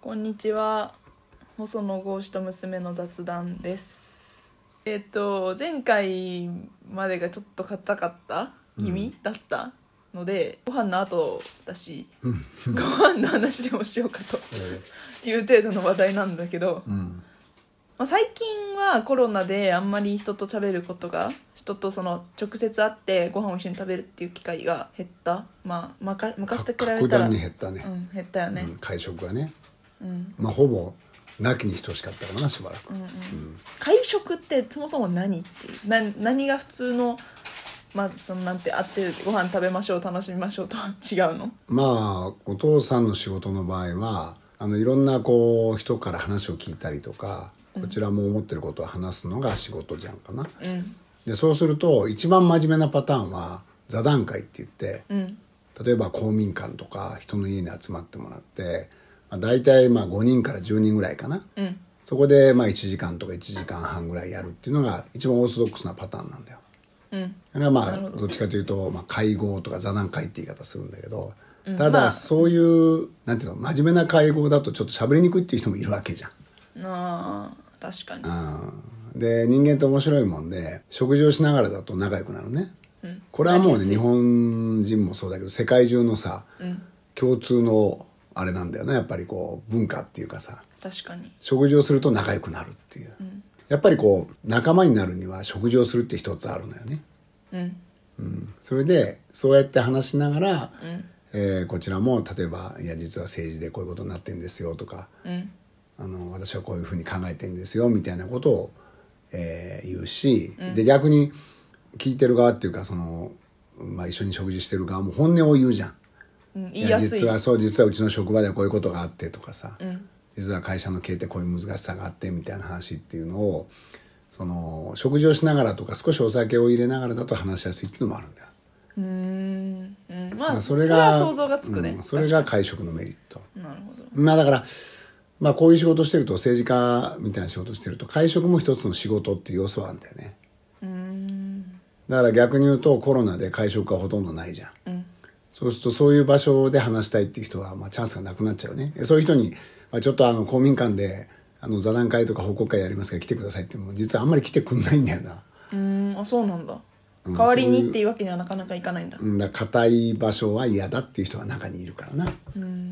こんにちは細野豪志と娘の雑談ですえっと前回までがちょっと硬かった気味、だったのでご飯の後だしうんご飯の話でもしようかという程度の話題なんだけど、うんまあ、最近はコロナであんまり人と喋ることが人とその直接会ってご飯を一緒に食べるっていう機会が減った、まあ、まか昔と比べ格たら、段に減ったねう、ん、減ったよねう、ん会食はねうん、まあほぼなきに等しかったからなしばらく、会食ってそもそも何っていうな何が普通のまあそのなんて会ってご飯食べましょう楽しみましょうとは違うのまあお父さんの仕事の場合はあのいろんなこう人から話を聞いたりとかこちらも思ってることを話すのが仕事じゃんかな、うんでそうすると一番真面目なパターンは座談会って言って、うん例えば公民館とか人の家に集まってもらって、まあ、大体まあ5人から10人ぐらいかな、うんそこでまあ1時間とか1時間半ぐらいやるっていうのが一番オーソドックスなパターンなんだよ。うんそれはまあどっちかというと、まあ、会合とか座談会って言い方するんだけど、うんたまあだそういうなんていうの真面目な会合だとちょっと喋りにくいっていう人もいるわけじゃん。あー確かにうんで人間って面白いもんで食事をしながらだと仲良くなるね、これはもうね日本人もそうだけど世界中のさ、共通のあれなんだよねやっぱりこう文化っていうかさ確かに食事をすると仲良くなるっていう、やっぱりこう仲間になるには食事をするって一つあるのよね、うんうん、それでそうやって話しながら、んえーこちらも例えば「いや実は政治でこういうことになってんですよ」とかうんあの私はこういうふうに考えてるんですよみたいなことを、えー言うし、で逆に聞いてる側っていうかその、まあ、一緒に食事してる側も本音を言うじゃん。うん言いやすい実はそう実はうちの職場ではこういうことがあってとかさ、ん実は会社の経営ってこういう難しさがあってみたいな話っていうのをその食事をしながらとか少しお酒を入れながらだと話しやすいっていうのもあるんだよ。うーん、うん、まあ、まあそれは想像がつくね、うんそれが会食のメリット。確かになるほどまあだから、まあこういう仕事してると政治家みたいな仕事してると会食も一つの仕事っていう要素はあるんだよね。うーんだから逆に言うとコロナで会食がほとんどないじゃうん。んそうするとそういう場所で話したいっていう人はまあチャンスがなくなっちゃうね。そういう人に、まあ、ちょっとあの公民館であの座談会とか報告会やりますから来てくださいっても実はあんまり来てくんないんだよな。うーんあそうなんだ、うん代わりそういにうっていうわけにはなかなかいかないんだうんだから硬い場所は嫌だっていう人が中にいるからな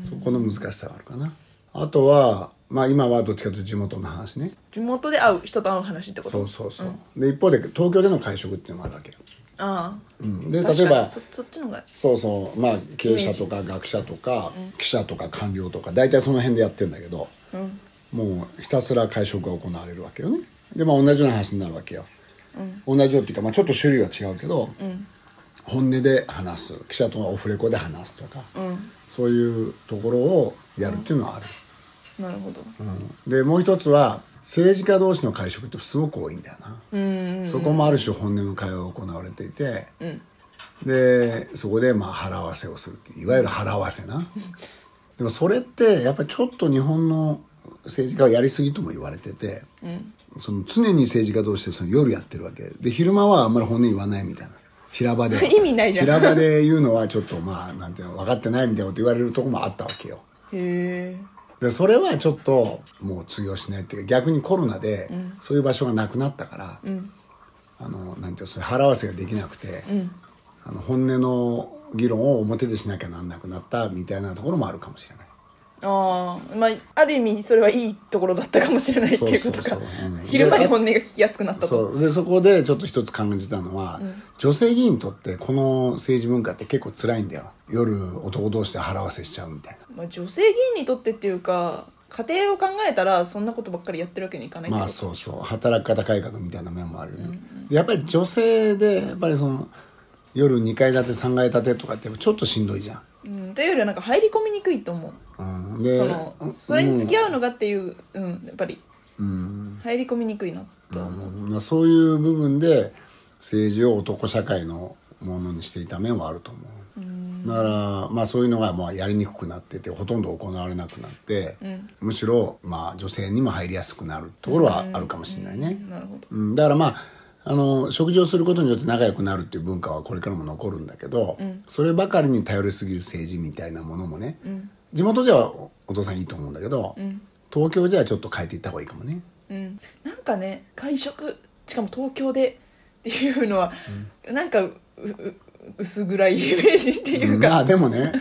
そこの難しさがあるかなあとはまあ今はどっちかというと地元の話ね地元で会う人と会う話ってことそうそうそう、で一方で東京での会食っていうのもあるわけよ、ああうん、で例確えかにばそそっちの方がそうそうまあ経営者とか学者とか記者とか官僚とか大体その辺でやってんだけど、もうひたすら会食が行われるわけよねでまあ同じような話になるわけよ、同じよっていうか、まあ、ちょっと種類は違うけど、本音で話す記者とはオフレコで話すとか、そういうところをやるっていうのはある、なるほどうんでもう一つは政治家同士の会食ってすごく多いんだよな、うんそこもある種本音の会話が行われていて、うんでそこでまあ腹合わせをするっていういわゆる腹合わせなでもそれってやっぱりちょっと日本の政治家はやりすぎとも言われてて、その常に政治家同士でその夜やってるわけで昼間はあんまり本音言わないみたいな平場で 意味ないじゃん平場で言うのはちょっとまあなんていうの分かってないみたいなこと言われるとこもあったわけよへえでそれはちょっともう通用しないっていうか逆にコロナでそういう場所がなくなったから、あのなんていうのそういう腹合わせができなくて、あの本音の議論を表でしなきゃなんなくなったみたいなところもあるかもしれない。ああまあある意味それはいいところだったかもしれないっていうことそかうそうそううん昼間に本音が聞きやすくなったとそうでそこでちょっと一つ感じたのは、女性議員にとってこの政治文化って結構辛いんだよ夜男同士で腹合わせしちゃうみたいなまあ、女性議員にとってっていうか家庭を考えたらそんなことばっかりやってるわけにいかないまあそうそう働き方改革みたいな面もあるよね、でやっぱり女性でやっぱりその夜2階建て3階建てとかってちょっとしんどいじゃう、うん、というよりはなんか入り込みにくいと思う、ん、うん、でそのそれに付き合うのがっていう、うんやっぱりうん、入り込みにくいなとは思う、うん、そういう部分で政治を男社会のものにしていた面はあると思う、だから、まあ、そういうのがまあやりにくくなっててほとんど行われなくなって、むしろまあ女性にも入りやすくなるところはあるかもしれないね、なるほどうん、だからまああの食事をすることによって仲良くなるっていう文化はこれからも残るんだけど、そればかりに頼りすぎる政治みたいなものもね、地元じゃおお父さんいいと思うんだけど、東京じゃちょっと変えていった方がいいかもねうん、なんかね外食しかも東京でっていうのは、なんかうう薄暗いイメージっていうか、まあでもね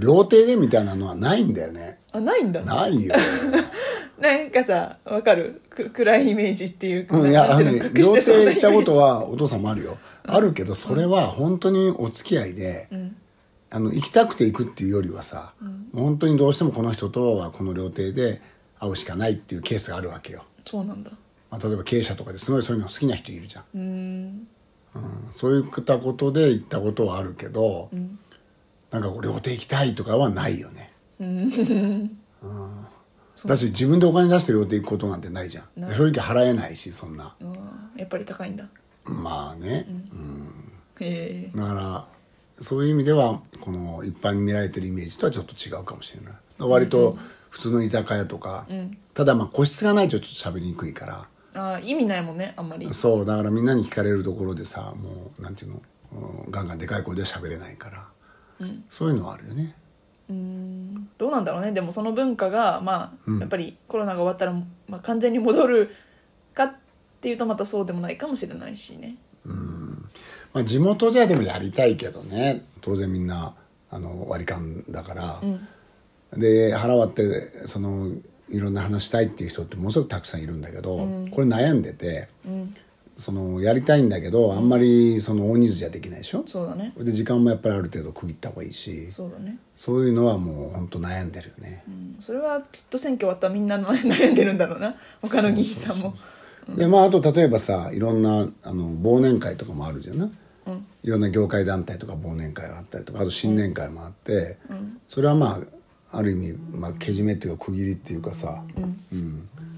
料亭でみたいなのはないんだよねあないんだなないよんかさわかるく暗いイメージっていうか、うん、いや、なあの んてうねの、料亭行ったこイメージとはお父さんもあるよ。あるけど、それは本当にお付き合いで、あの、行きたくて行くっていうよりはさ、もう本当にどうしてもこの人とはこの料亭で会うしかないっていうケースがあるわけよ。そうなんだまあ、例えば経営者とかですごいそういうの好きな人いるじゃん。うんうんそういったことで行ったことはあるけど、なんかこう料亭行きたいとかはないよね。うんだし自分でお金出して料亭行くことなんてないじゃん。正直払えないし、そんな。うわやっぱり高いんだまあね。へえだからそういう意味ではこの一般に見られてるイメージとはちょっと違うかもしれない割と普通の居酒屋とか、ただまあ個室がないとちょっと喋りにくいから、あー意味ないもんねあんまりそうだからみんなに聞かれるところでさもうなんていうのうんガンガンでかい声では喋れないから、そういうのはあるよねどうなんだろうねでもその文化がまあ、やっぱりコロナが終わったら、まあ、完全に戻るかっていうとまたそうでもないかもしれないしねまあ、地元じゃでもやりたいけどね当然みんなあの割り勘だから、で腹割ってそのいろんな話したいっていう人ってものすごくたくさんいるんだけど、これ悩んでて、そのやりたいんだけどあんまりその大人数じゃできないでしょそうだねで時間もやっぱりある程度区切った方がいいしそうだねそういうのはもう本当悩んでるよね、うんそれはきっと選挙終わったらみんなの悩んでるんだろうな他の議員さんもでまあ、あと例えばさいろんなあの忘年会とかもあるじゃない、いろんな業界団体とか忘年会があったりとかあと新年会もあって、それはまあある意味、まあ、けじめっていうか区切りっていうかさ、うん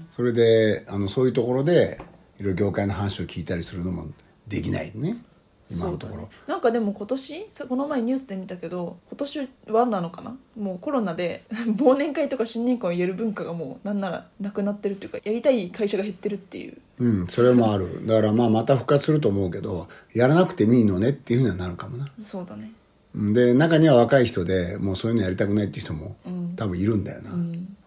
それであのそういうところでいろいろ業界の話を聞いたりするのもできないね今のところ、なんかでも今年さこの前ニュースで見たけど今年はなのかなもうコロナで 忘年会とか新年会を言える文化がもうなんならなくなってるっていうかやりたい会社が減ってるっていううん、それもあるだからまあまた復活すると思うけどやらなくてもいいのねっていうふうにはなるかもなそうだねで中には若い人でもうそういうのやりたくないっていう人も多分いるんだよな、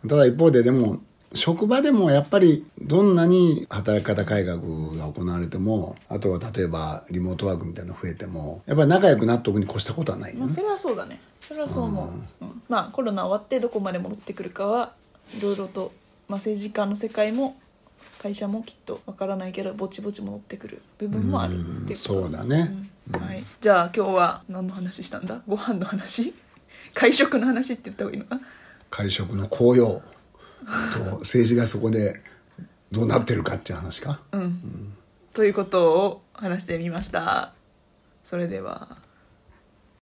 ただ一方ででも職場でもやっぱりどんなに働き方改革が行われてもあとは例えばリモートワークみたいなの増えてもやっぱり仲良くなっとくに越したことはないよまあねそれはそうだねそれはそう思う、うんまあコロナ終わってどこまで戻ってくるかはいろいろと、まあ、政治家の世界も会社もきっとわからないけどぼちぼち戻ってくる部分もあるっていうことそうだね、はい、じゃあ今日は何の話したんだご飯の話 会食の話って言った方がいいのかな会食の紅葉と政治がそこでどうなってるかっていう話か、ということを話してみましたそれでは